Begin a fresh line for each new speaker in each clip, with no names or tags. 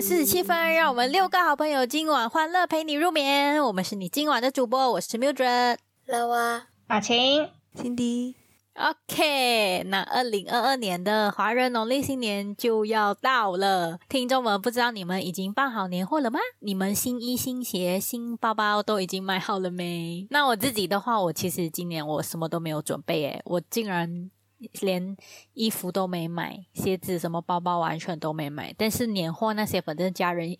四十七分，让我们六个好朋友今晚欢乐陪你入眠。我们是你今晚的主播，我是 Mildred。
老啊，
马晴，
Cindy，
OK，那二零二二年的华人农历新年就要到了，听众们，不知道你们已经办好年货了吗？你们新衣、新鞋、新包包都已经买好了没？那我自己的话，我其实今年我什么都没有准备，诶，我竟然连衣服都没买，鞋子、什么包包完全都没买，但是年货那些反正家人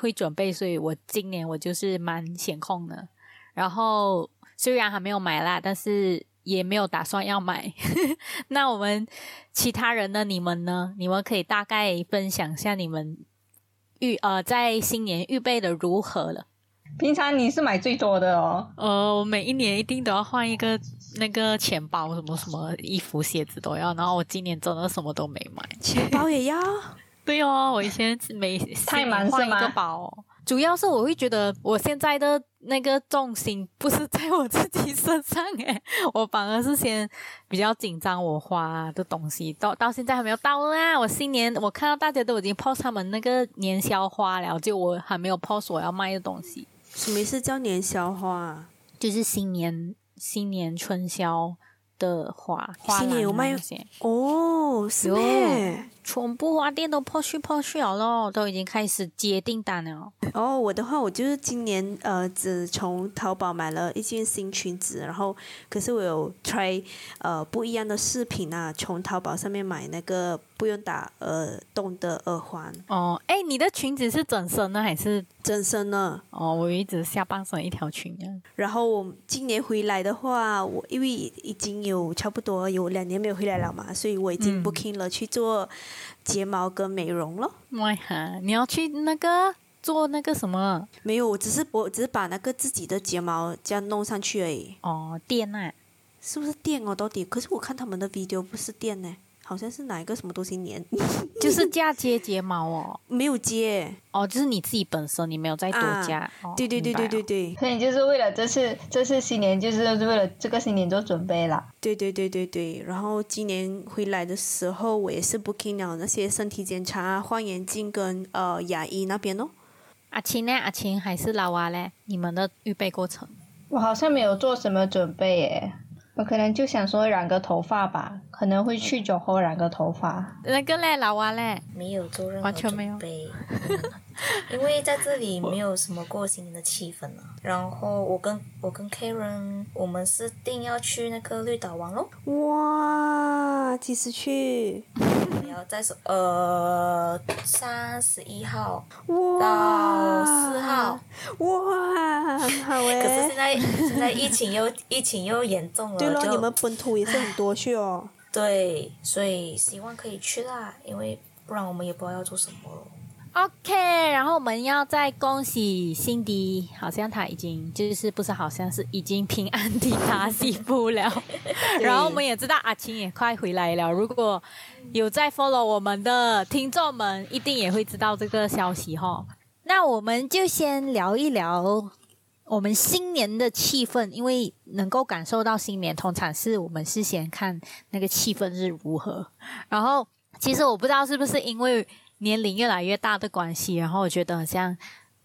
会准备，所以我今年我就是蛮闲空的。然后虽然还没有买啦，但是也没有打算要买。 那我们其他人呢？你们呢？你们可以大概分享一下你们预呃在新年预备的如何了？
平常你是买最多的哦。
呃，我每一年一定都要换一个那个钱包，什么什么衣服、鞋子都要。然后我今年真的什么都没买。
钱包也要，
对哦，我以前每
太忙是吗
换一个包，主要是我会觉得我现在的那个重心不是在我自己身上诶，我反而是先比较紧张我花的东西，到到现在还没有到啦。我新年我看到大家都已经 post 他们那个年宵花了，就我还没有 post 我要卖的东西，
什么是叫年宵花啊？
就是新年新年春宵的花，花
新年有
篮啊
卖
那些
哦，是
有
咩？
全部花店都破去破去了咯，都已经开始接订单了。
哦，我的话，我就是今年呃，只从淘宝买了一件新裙子，然后可是我有 try 呃不一样的饰品啊，从淘宝上面买那个不用打耳洞的耳环，
哦，哎，你的裙子是整身呢，还是
真身呢。
哦？我一直下半身一条裙啊呢。
然后我今年回来的话，我因为已经有差不多有两年没有回来了嘛，所以我已经
嗯
booking 了去做睫毛跟美容了。
哇哈，你要去那个做那个什么
没有，我只是我只是把那个自己的睫毛这样弄上去而已，
哦店啊？
是不是电哦？到底？可是我看他们的 video 不是电呢，好像是哪一个什么东西粘，
就是嫁接睫毛哦。
没有接。
哦，就是你自己本身，你没有再多加。哦
啊对对对对对
明白
对
所以你就是为了这次这次新年，就是为了这个新年做准备啦。
对对对对对。然后今年回来的时候，我也是 booking 了那些身体检查、换眼镜跟呃牙医那边哦。
哦阿琴呢？阿琴还是老娃嘞？你们的预备过程？
我好像没有做什么准备耶，我可能就想说染个头发吧，可能会去酒后染个头发。
那个嘞，老娃嘞？
没有做任何
完全没有
准备， 因为在这里没有什么过新年的气氛了。然后我跟我跟 Karen，我们是定要去那个绿岛玩咯，
哇，几时去？
我们要在是呃三十一号
哇，
到四号，
哇，很好
可是
哎
现。在现在疫情又疫情又严重了，
对咯，
就
你们本土也是很多去哦。
对，所以希望可以去啦，因为不然我们也不知道要做什么了。
OK，然后我们要再恭喜辛迪，好像他已经就是不是好像是已经平安抵 达西部了。然后我们也知道阿青也快回来了，如果有在 follow 我们的听众们，一定也会知道这个消息哈。那我们就先聊一聊我们新年的气氛，因为能够感受到新年，通常是我们是先看那个气氛是如何。然后其实我不知道是不是因为年龄越来越大的关系，然后我觉得好像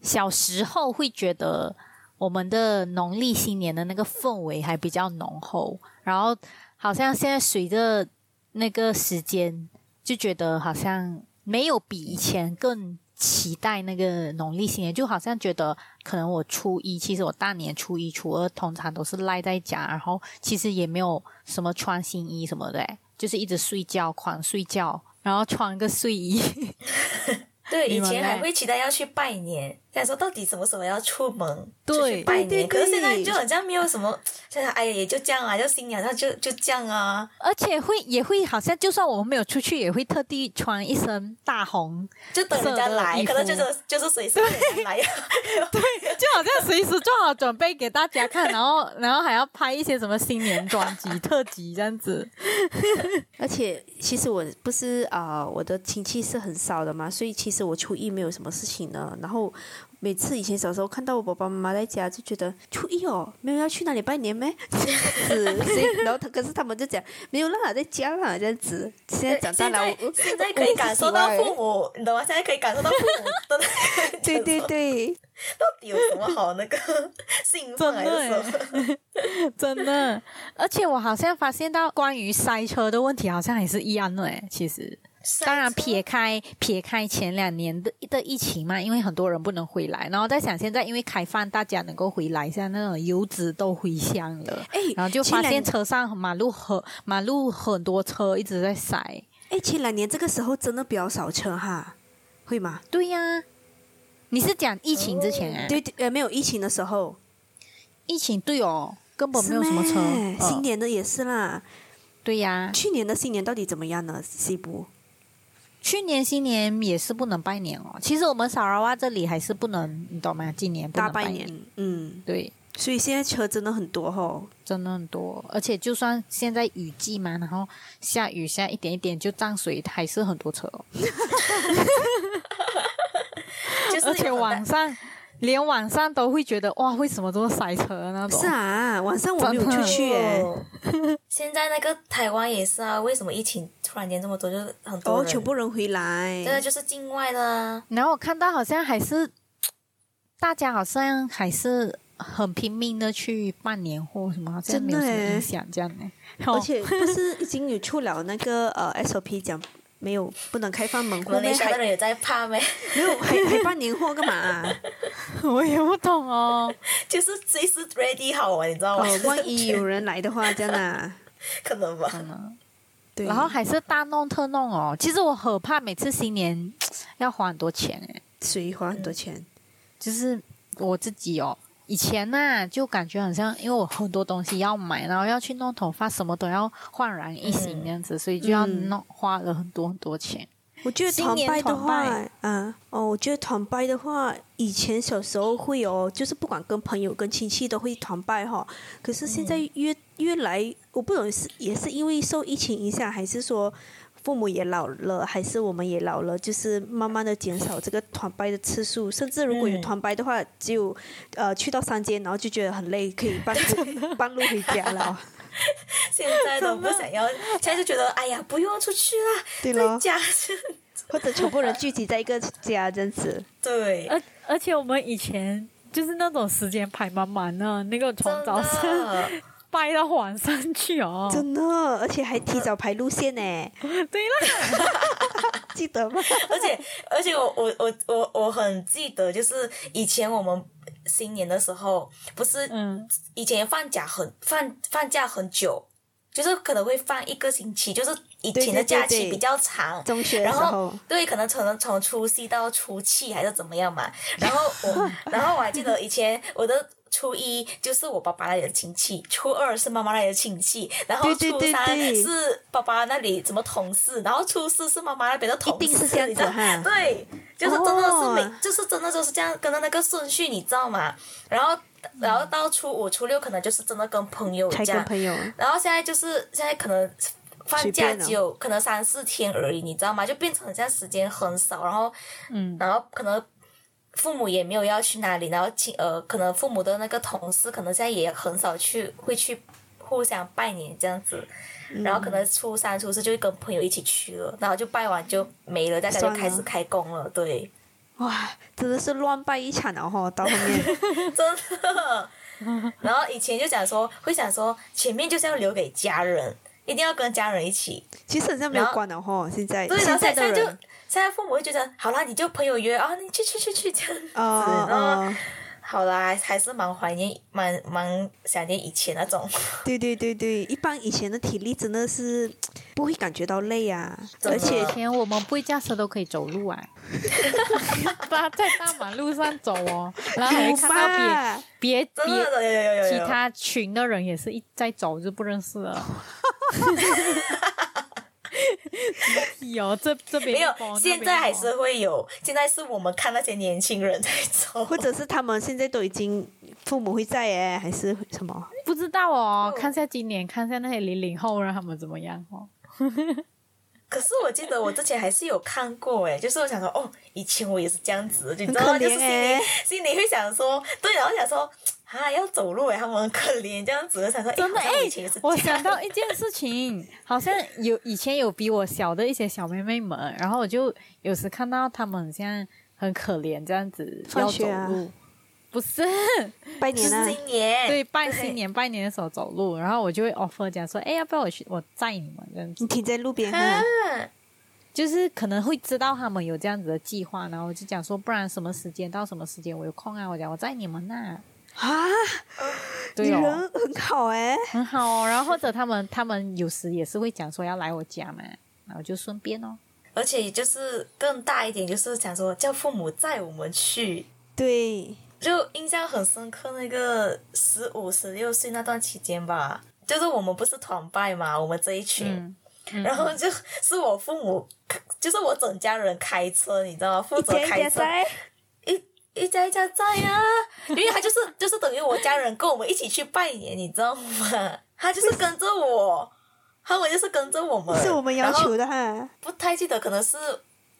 小时候会觉得我们的农历新年的那个氛围还比较浓厚，然后好像现在随着那个时间，就觉得好像没有比以前更。期待那个农历新年，就好像觉得可能我初一，其实我大年初一、初二通常都是赖在家，然后其实也没有什么穿新衣什么的欸，就是一直睡觉，狂睡觉，然后穿个睡衣。
对，
你
以
们
前
嘞
还会期待要去拜年，想说到底什么时候要出门，
对
就去拜年。
对对对
可是现在就好像没有什么，现在哎呀也就这样啊，就新年那就就这样啊。
而且会也会好像，就算我们没有出去，也会特地穿一身大红，
就等人家来，
色
可
的
能
衣服
就是就是随时人 家来。
就好像随时做好准备给大家看，然后 然后还要拍一些什么新年专辑、特辑这样子。
而且其实我不是啊、呃我的亲戚是很少的嘛，所以其实我初一没有什么事情的。然后每次以前小时候看到我爸爸妈妈在家，就觉得初一哦，没有要去哪里拜年咩？这样子，所 以然后他可是他们就讲没有啦，在家啦这样子。现在长大了，我
现在可以感受到父母，你懂吗？现在可以感受到父母 的那个
对对对，
到底有什么好那个 兴
真
奋还是什么？
的耶， 真的。而且我好像发现到关于塞车的问题，好像也是一样的诶。其实，
塞
当然
车
撇开撇开前两年的的疫情嘛，因为很多人不能回来，然后在想现在因为开放，大家能够回来，像那种游子都回乡了，
哎，
然后就发
前两
现车上马路很马路很多车一直在塞。
哎，前两年这个时候真的比较少车哈，会吗？
对呀、你是讲疫情之前啊？
对对，呃，没有疫情的时候，
疫情对哦，根本
是
没有什么车。
咩
呃
新年的也是啦，
对呀、
去年的新年到底怎么样呢？西部
去年新年也是不能拜年哦。其实我们沙拉哇这里还是不能，你懂吗？今年不
大
能
拜
年，
年，嗯，
对，
所以现在车真的很多吼。
真的很多。而且就算现在雨季嘛，然后下雨下一点一点就涨水，还是很多 车哦。
就是
而且
有很大
晚上连晚上都会觉得哇，为什么这么塞车那种？
是啊，晚上我没有
真
出
的
去耶，
哦现在那个台湾也是啊，为什么疫情突然间这么多？就是很多
哦，
人，
全部人回来
真。的就是境外的啊。
然后我看到好像还是大家好像还是很拼命的去办年货什么，好像没有什么
真的耶
影响这样呢。
而且不是已经有出了那个呃 SOP 讲没有不能开放门
我
户
们
咩
雷莎的
还
人也在怕没？
没有还还办年货干嘛、啊？
我也不懂哦。
就是随时 ready 好啊，你知道吗？
哦，万一有人来的话，这样啊，
可能吧。
嗯对。
然后还是大弄特弄哦。其实我很怕每次新年要花很多钱诶，
谁花很多钱？
就是我自己哦。以前呐、就感觉好像，因为我很多东西要买，然后要去弄头发，什么都要焕然一新这样子，所以就要
嗯
弄花了很多很多钱。
我觉得
新
团
年
拜的
团
话
拜
啊，哦，我觉得团拜的话，以前小时候会有，就是不管跟朋友、跟亲戚都会团拜哈。可是现
嗯
在越、越来，我不懂是也是因为受疫情影响，还是说父母也老了，还是我们也老了，就是慢慢的减少这个团拜的次数，甚至如果有
嗯
团拜的话，就呃去到山间，然后就觉得很累，可以 半路半路回家了。
现在都不想要，现在就觉得哎呀，不用出去啦，
对
在
咯，
家。
或者全部人聚集在一个家这样子。
对，
而而且我们以前就是那种时间排满满的，那个从
真
早上
的
拜到晚上去 哦。
真的，而且还提早排路线呢，
对啦，
记得吗？
而且而且我我我我我很记得，就是以前我们新年的时候，不是
嗯，
以前放假很放放假很久，就是可能会放一个星期，就是以前
对对
的
对
假期
对
比较长。
中学的
然
时
后
候，
对，可能可能从除夕到初七还是怎么样嘛。然后 我，然后我还记得以前我的初一就是我爸爸那里的亲戚，初二是妈妈那里的亲戚，然后
对
初
对对
三
对
是爸爸那里什么同事，然后初四是妈妈那边的同事，
一定是这样子
你知道
哈
对，就是真的是每，
哦
就是真的就是这样跟着那个顺序，你知道吗？然后，然后到初五、初六可能就是真的跟朋友
才
这
跟
样，
朋友，
然后现在就是现在可能放
随
假
便啊
只有可能三四天而已，你知道吗？就变成这样时间很少，然后
嗯，
然后可能父母也没有要去哪里，然后亲呃，可能父母的那个同事可能现在也很少去会去互相拜年这样子，
嗯
然后可能初三初四就会跟朋友一起去了，然后就拜完就没了，大家就
算了
开始开工了，对，
哇，真的是乱拜一场了哈，到后面
真的。然后以前就讲说会想说前面就是要留给家人，一定要跟家人一起。
其实好像没有关了哈，现在
对，然后
现在
哎现
的
在就
人，
现在父母会觉得，好啦，你就朋友约啊，你去去去去这样子，
哦哦，
好啦，还是蛮怀念，蛮蛮想念以前那 种，
对对对对，一般以前的体力真的是不会感觉到累啊，
真的
而且
以
嗯
前我们不会驾车都可以走路 啊，大在大马路上走 哦，然后还
有
看到
吧，
别别
真
别
的有有有有有
其
有，
他群的人也是一在走就不认识了。 有这这边
没
一
有
包，那边
现
一
在还
包
是会有，现在是我们看那些年轻人在 走，
或者是他们现在都已经父母会在哎，还是什么？
不知道哦，
嗯
看下今年，看下那些零零后让他们怎么样哦。
可是我记得我之前还是有看过哎，就是我想说哦，以前我也是这样子，就你知道
很可怜
吗？就是心里
哎
心里会想说，对，然后想说啊要走路哎，他们很可怜这样子，我想说哎
真的
好
哎
像我以前也是，这
我
样。
想到一件事情，好像有以前有比我小的一些小妹妹们，然后我就有时看到她们很像很可怜这样子
放
要
学
走
啊
路，不是
拜
就
年
是
啊，
今年
对拜新年拜年的时候走路，然后我就会 offer 讲说，哎，要不要我去我载你们这样子，
你停在路边
啊
哈，，
就是可能会知道他们有这样子的计划，然后我就讲说，不然什么时间到什么时间我有空啊，我讲我载你们呐、
啊，你
对哦，
人很好哎、
很好哦。然后或者他们他们有时也是会讲说要来我家嘛，然后就顺便哦。
而且就是更大一点，就是想说叫父母载我们去，
对，
就印象很深刻那个十五、十六岁那段期间吧，就是我们不是团拜嘛，我们这一群，
嗯
然后就是我父母，就是我整家人开车，你知道吗？负
一
责
家一
开
家
车。
在，
一家一家在啊，因为他就是 就是等于我家人跟我们一起去拜年，你知道吗？他就是跟着我，他们就是跟着我 们，
是我们要
然后
求的哈。
不太记得，可能是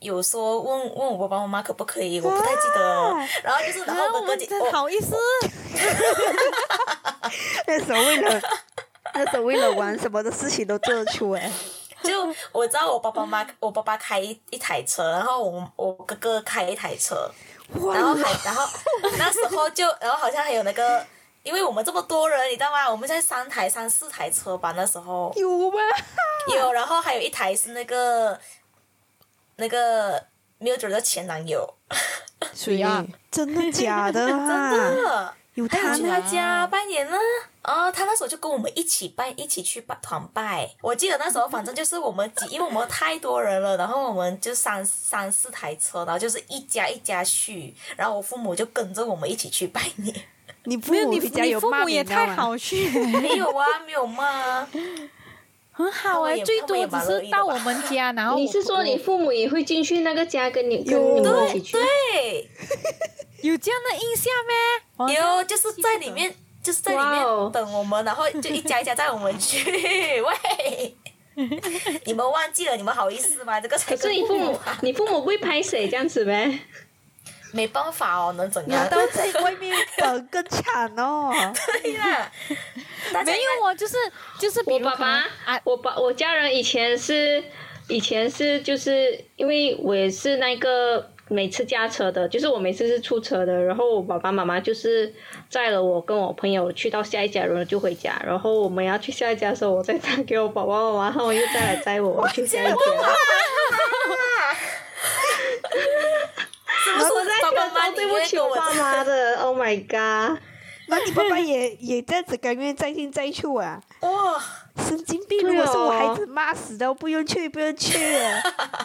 有说问问我爸爸妈妈可不可以，我不太记得。
啊
然后就是，哦然后我跟你， 我
好意思，
那时候为 了那时候为了玩什么的事情都做得出哎、
就我知道我爸爸妈妈，我爸爸开一一台车，然后我我哥哥开一台车，
哇
然后还然后那时候就然后好像还有那个，因为我们这么多人，你知道吗？我们现在三台三四台车吧，那时候
有吗？
有，然后还有一台是那个那个 Mildred 的前男友，
谁 啊？
真的假的啊？
真的。
有
还有
他
去
呢
他家拜年呢。哦，他那时候就跟我们一起拜，一起去拜团拜。我记得那时候，反正就是我们 几，因为我们太多人了，然后我们就三三四台车，然后就是一家一家去，然后我父母就跟着我们一起去拜年。
你父
没有
母
你
比较
你
有
父
骂
母
你
也
知道吗
太，好去，
哎
没有啊，没有嘛，
很好
他
哎、
们也
最
他们
多
也
只
蛮乐意
是
的吧
到我们家，然 后
你是
我
说你父母也会进去那个家跟你 跟
有
你们一起
对
去？
对，
有这样 的印象咩？
有就是在里面，就是在里
哇哦
面等我们，然后就一家一家带我们 去。喂， 你们忘记了，你们好意思吗？这个才
可是
跟
你父母，你父母不会拍谁这样子呗？
没办法哦，能 怎
你
样
们？都在外 面等更惨哦。
对 啦，大家
没有哦，就是就是比
我
如
爸
可能
爸
啊，，
我爸我家人以前是以前是就是因为我也是那个每次驾车的，就是我每次是出车的，然后我爸爸妈妈就是载了我跟我朋友去到下一家，然后就回家，然后我们要去下一家的时候，我再打给我爸爸妈妈，他们又再来载我去下一家。
是不
我
是
在
爸
泉
爸妈妈
州对不起
你
我
会跟
爸
我
妈的，Oh my god！
那你爸爸也 也这样子甘愿再进再出啊？
哇，
神经病！
对
如
哦
啊
果是我孩子骂死的，不用去，不用 去。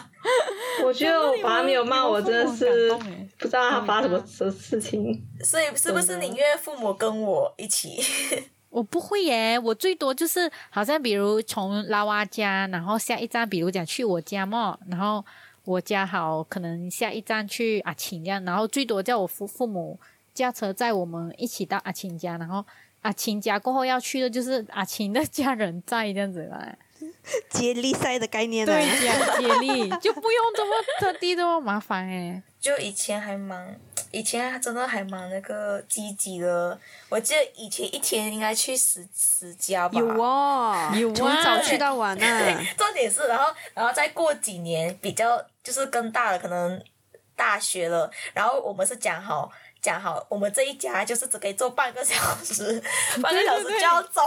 我觉得我爸没有骂我，真的是
我父母很感动耶
不知道他发什么事事情。
所以是不是宁愿父母跟我一起？
我不会耶，我最多就是好像比如从拉娃家，然后下一站比如讲去我家嘛，然后我家好可能下一站去阿琴这样，然后最多叫我父父母驾车载我们一起到阿琴家，然后阿琴家过后要去的就是阿琴的家人在这样子啦，
接力赛的概念呢、啊
对家接力就不用这么特地这么麻烦哎，
就以前还蛮，以前真的还蛮那个积极的。我记得以前一天应该去十十家吧。
有哦，
有啊
从早去到晚 啊。
重点是，然后然后再过几年比较就是更大了，可能大学了，然后我们是讲好。讲好，我们这一家就是只可以做半个小 时，半个小时就要走。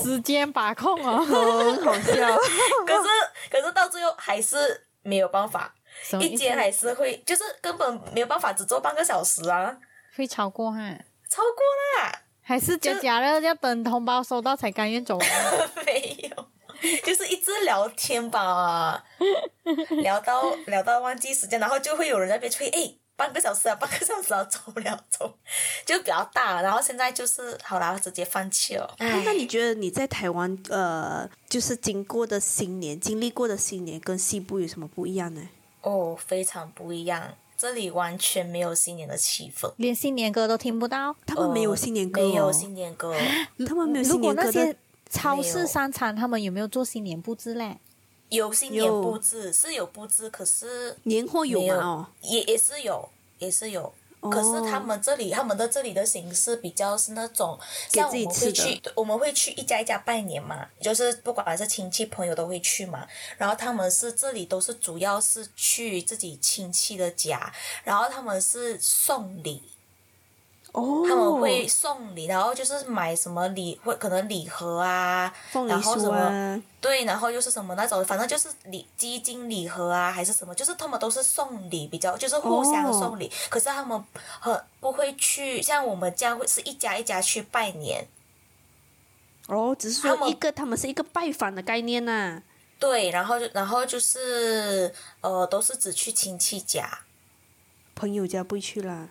时间把控哦，
很好 笑，
可是可是到最后还是没有办法，
什么意
一
思
间还是会，就是根本没有办法只做半个小时啊，
会超过哈、
超过啦，
还是假假的要等红包收到才甘愿走啊。
没有，就是一直聊天 吧，聊到聊到忘记时间，然后就会有人在那边催，哎，半个小时啊，半个小时啊，走了走，就比较大，然后现在就是好啦，直接放弃了，
哎那那你觉得你在台湾呃，就是经过的新年，经历过的新年跟西部有什么不一样呢？
哦，非常不一样，这里完全没有新年的气氛。
连新年歌都听不到。
他们没有新年歌、哦
没有新年歌，
他们没有
如
新
果
年
那
歌的
些超市
没有
商场他们有没有做新年布置嘞？
有新年布置是有布置，可是
年货有
没
吗？哦，
也也是有，也是有。可是他们这里，他们的这里的形式比较是那种，
给
像我
自己
们会
吃的
去，对我们会去一家一家拜年嘛，就是不管是亲戚朋友都会去嘛。然后他们是这里都是主要是去自己亲戚的家，然后他们是送礼，
哦，
他们会送礼，然后就是买什么礼，或可能礼盒啊，
凤梨
然后什
酥
么
啊，
对，然后又是什么那种，反正就是礼基金礼盒啊，还是什么，就是他们都是送礼比较，就是互相送礼。
哦
可是他们很不会去像我们这样，会是一家一家去拜年。
哦，只是
他
说
们
一个他们是一个拜访的概念啊呐、
对，然后就然后就是呃，都是只去亲戚家，
朋友家不会去啦。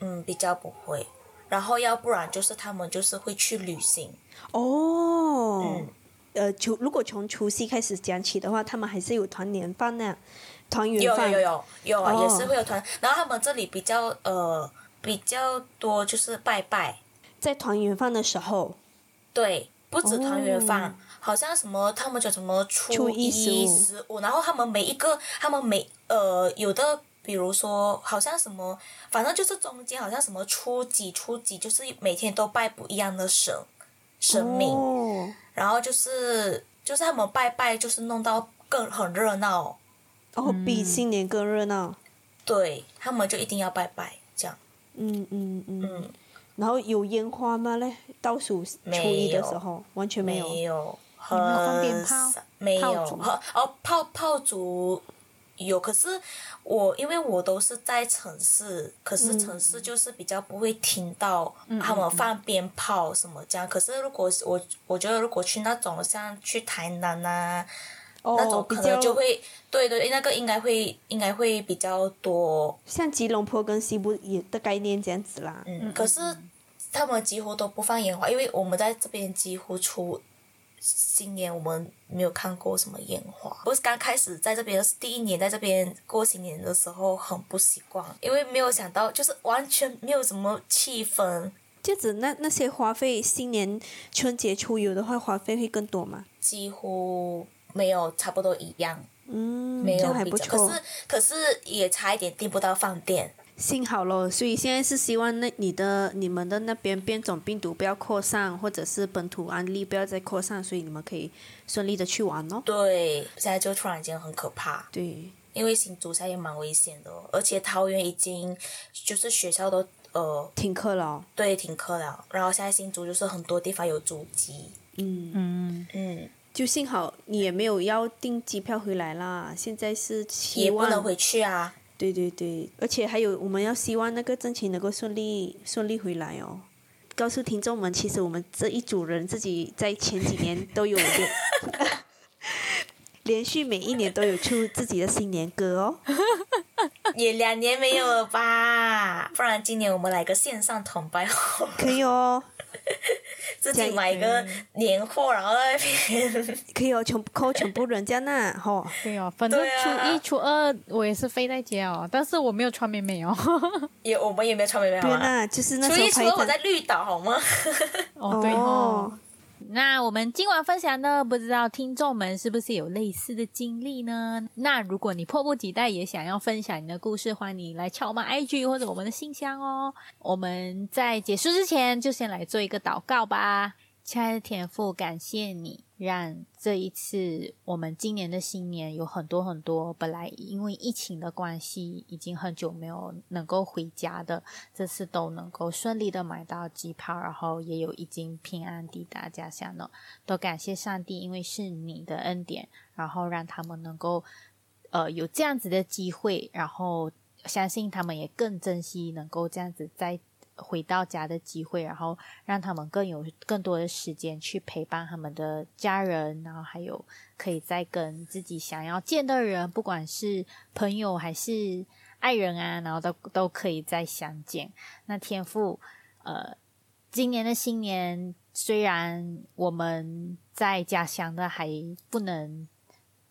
嗯，比较不会。然后要不然就是他们就是会去旅行，
哦，
嗯，
呃，除如果从除夕开始讲起的话，他们还是有团年饭呢，团圆
有有
饭
有有有啊，
哦
也是会有团。然后他们这里比较呃比较多就是拜拜，
在团圆饭的时候，
对，不止团圆饭，
哦
好像什么他们叫什么初
初一十五
十五，然后他们每一个，他们每呃有的。比如说，好像什么，反正就是中间好像什么初几初几，就是每天都拜不一样的神神明，
哦
然后就是就是他们拜拜，就是弄到更很热闹，
哦，
嗯
比新年更热闹。
对他们就一定要拜拜这样，
嗯嗯嗯，
嗯，
然后有烟花吗嘞？倒数初一的时候完全没有。
没有，
有
很
没有放鞭炮
少没有
炮，竹
和哦炮炮竹有，可是我因为我都是在城市，可是城市就是比较不会听到他们放鞭炮什么这样。可是如果是我我觉得如果去那种像去台南啊、那
哦，
种，
比
可
较
能就会对对，那个应该会应该会比较多，
像吉隆坡跟西部也的概念这样子啦。
嗯，可是他们几乎都不放烟花，因为我们在这边几乎出新年我们没有看过什么烟花。我是刚开始在这边第一年在这边过新年的时候很不习惯，因为没有想到就是完全没有什么气氛，
这样子那那些花费，新年春节出游的话，花费会更多嘛？
几乎没有差不多一样，
嗯，
没
这
有
样还
比
不
较。可
错
是。可是也差一点订不到饭店。
幸好咯，所以现在是希望那你的你们的那边变种病毒不要扩散，或者是本土案例不要再扩散，所以你们可以顺利的去玩咯。
对，现在就突然间很可怕。
对，
因为新竹现在也蛮危险的哦，而且桃园已经就是学校都呃
停课了哦。
对停课了，然后现在新竹就是很多地方有足迹，
嗯，
嗯，
嗯，
就幸好你也没有要订机票回来啦。现在是
也
希
不
望
能回去啊，
对对对，而且还有我们要希望那个真情能够顺利顺利回来哦。告诉听众们，其实我们这一组人自己在前几年都有连 连续每一年都有出自己的新年歌哦。
也两年没有了吧？ 不然今年我们来个线上团拜 好了，
可以哦，这
自己
样
买个年货，然后在那边
可以哦，全扣全部人家那吼、
对哦，反正
对啊
初一、初二我也是飞在家哦，但是我没有穿棉棉哦。
也我们也没有穿棉棉
对啊
嘛。
那就是那
初
时候
一初
拍
二我在
的
绿岛好吗？
哦，对哦。那我们今晚分享呢，不知道听众们是不是有类似的经历呢？那如果你迫不及待也想要分享你的故事，欢迎来敲我们 IG 或者我们的信箱哦。我们在结束之前，就先来做一个祷告吧。亲爱的天父，感谢你让这一次我们今年的新年有很多很多本来因为疫情的关系，已经很久没有能够回家的，这次都能够顺利的买到机票，然后也有已经平安抵达家乡了。都感谢上帝，因为是你的恩典，然后让他们能够呃有这样子的机会，然后相信他们也更珍惜能够这样子再回到家的机会，然后让他们更有更多的时间去陪伴他们的家人，然后还有可以再跟自己想要见的人，不管是朋友还是爱人啊，然后都都可以再相见。那天赋，呃，今年的新年虽然我们在家乡的还不能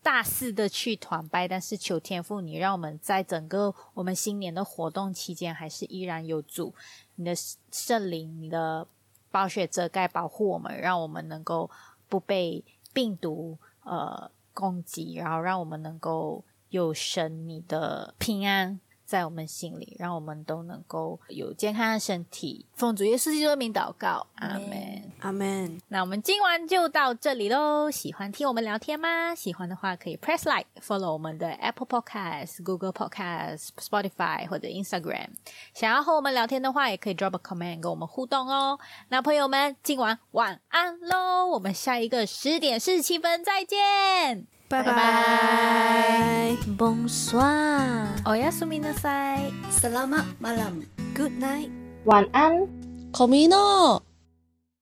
大肆的去团拜，但是求天父你让我们在整个我们新年的活动期间，还是依然有主你的圣灵、你的宝血遮盖保护我们，让我们能够不被病毒呃供给，然后让我们能够有神你的平安在我们心里，让我们都能够有健康的身体。奉主耶稣基督的名祷告，阿门。
阿门。
那我们今晚就到这里喽。喜欢听我们聊天吗？喜欢的话可以 press like follow 我们的 Apple Podcast、Google Podcast、Spotify 或者 Instagram。想要和我们聊天的话，也可以 drop a comment 跟我们互动哦。那朋友们，今晚晚安喽！我们下一个十点四十七分再见。
拜
拜
拜。
Bonsoir,
おやすみなさい。
selamat malam, good night,
晚安。
komino.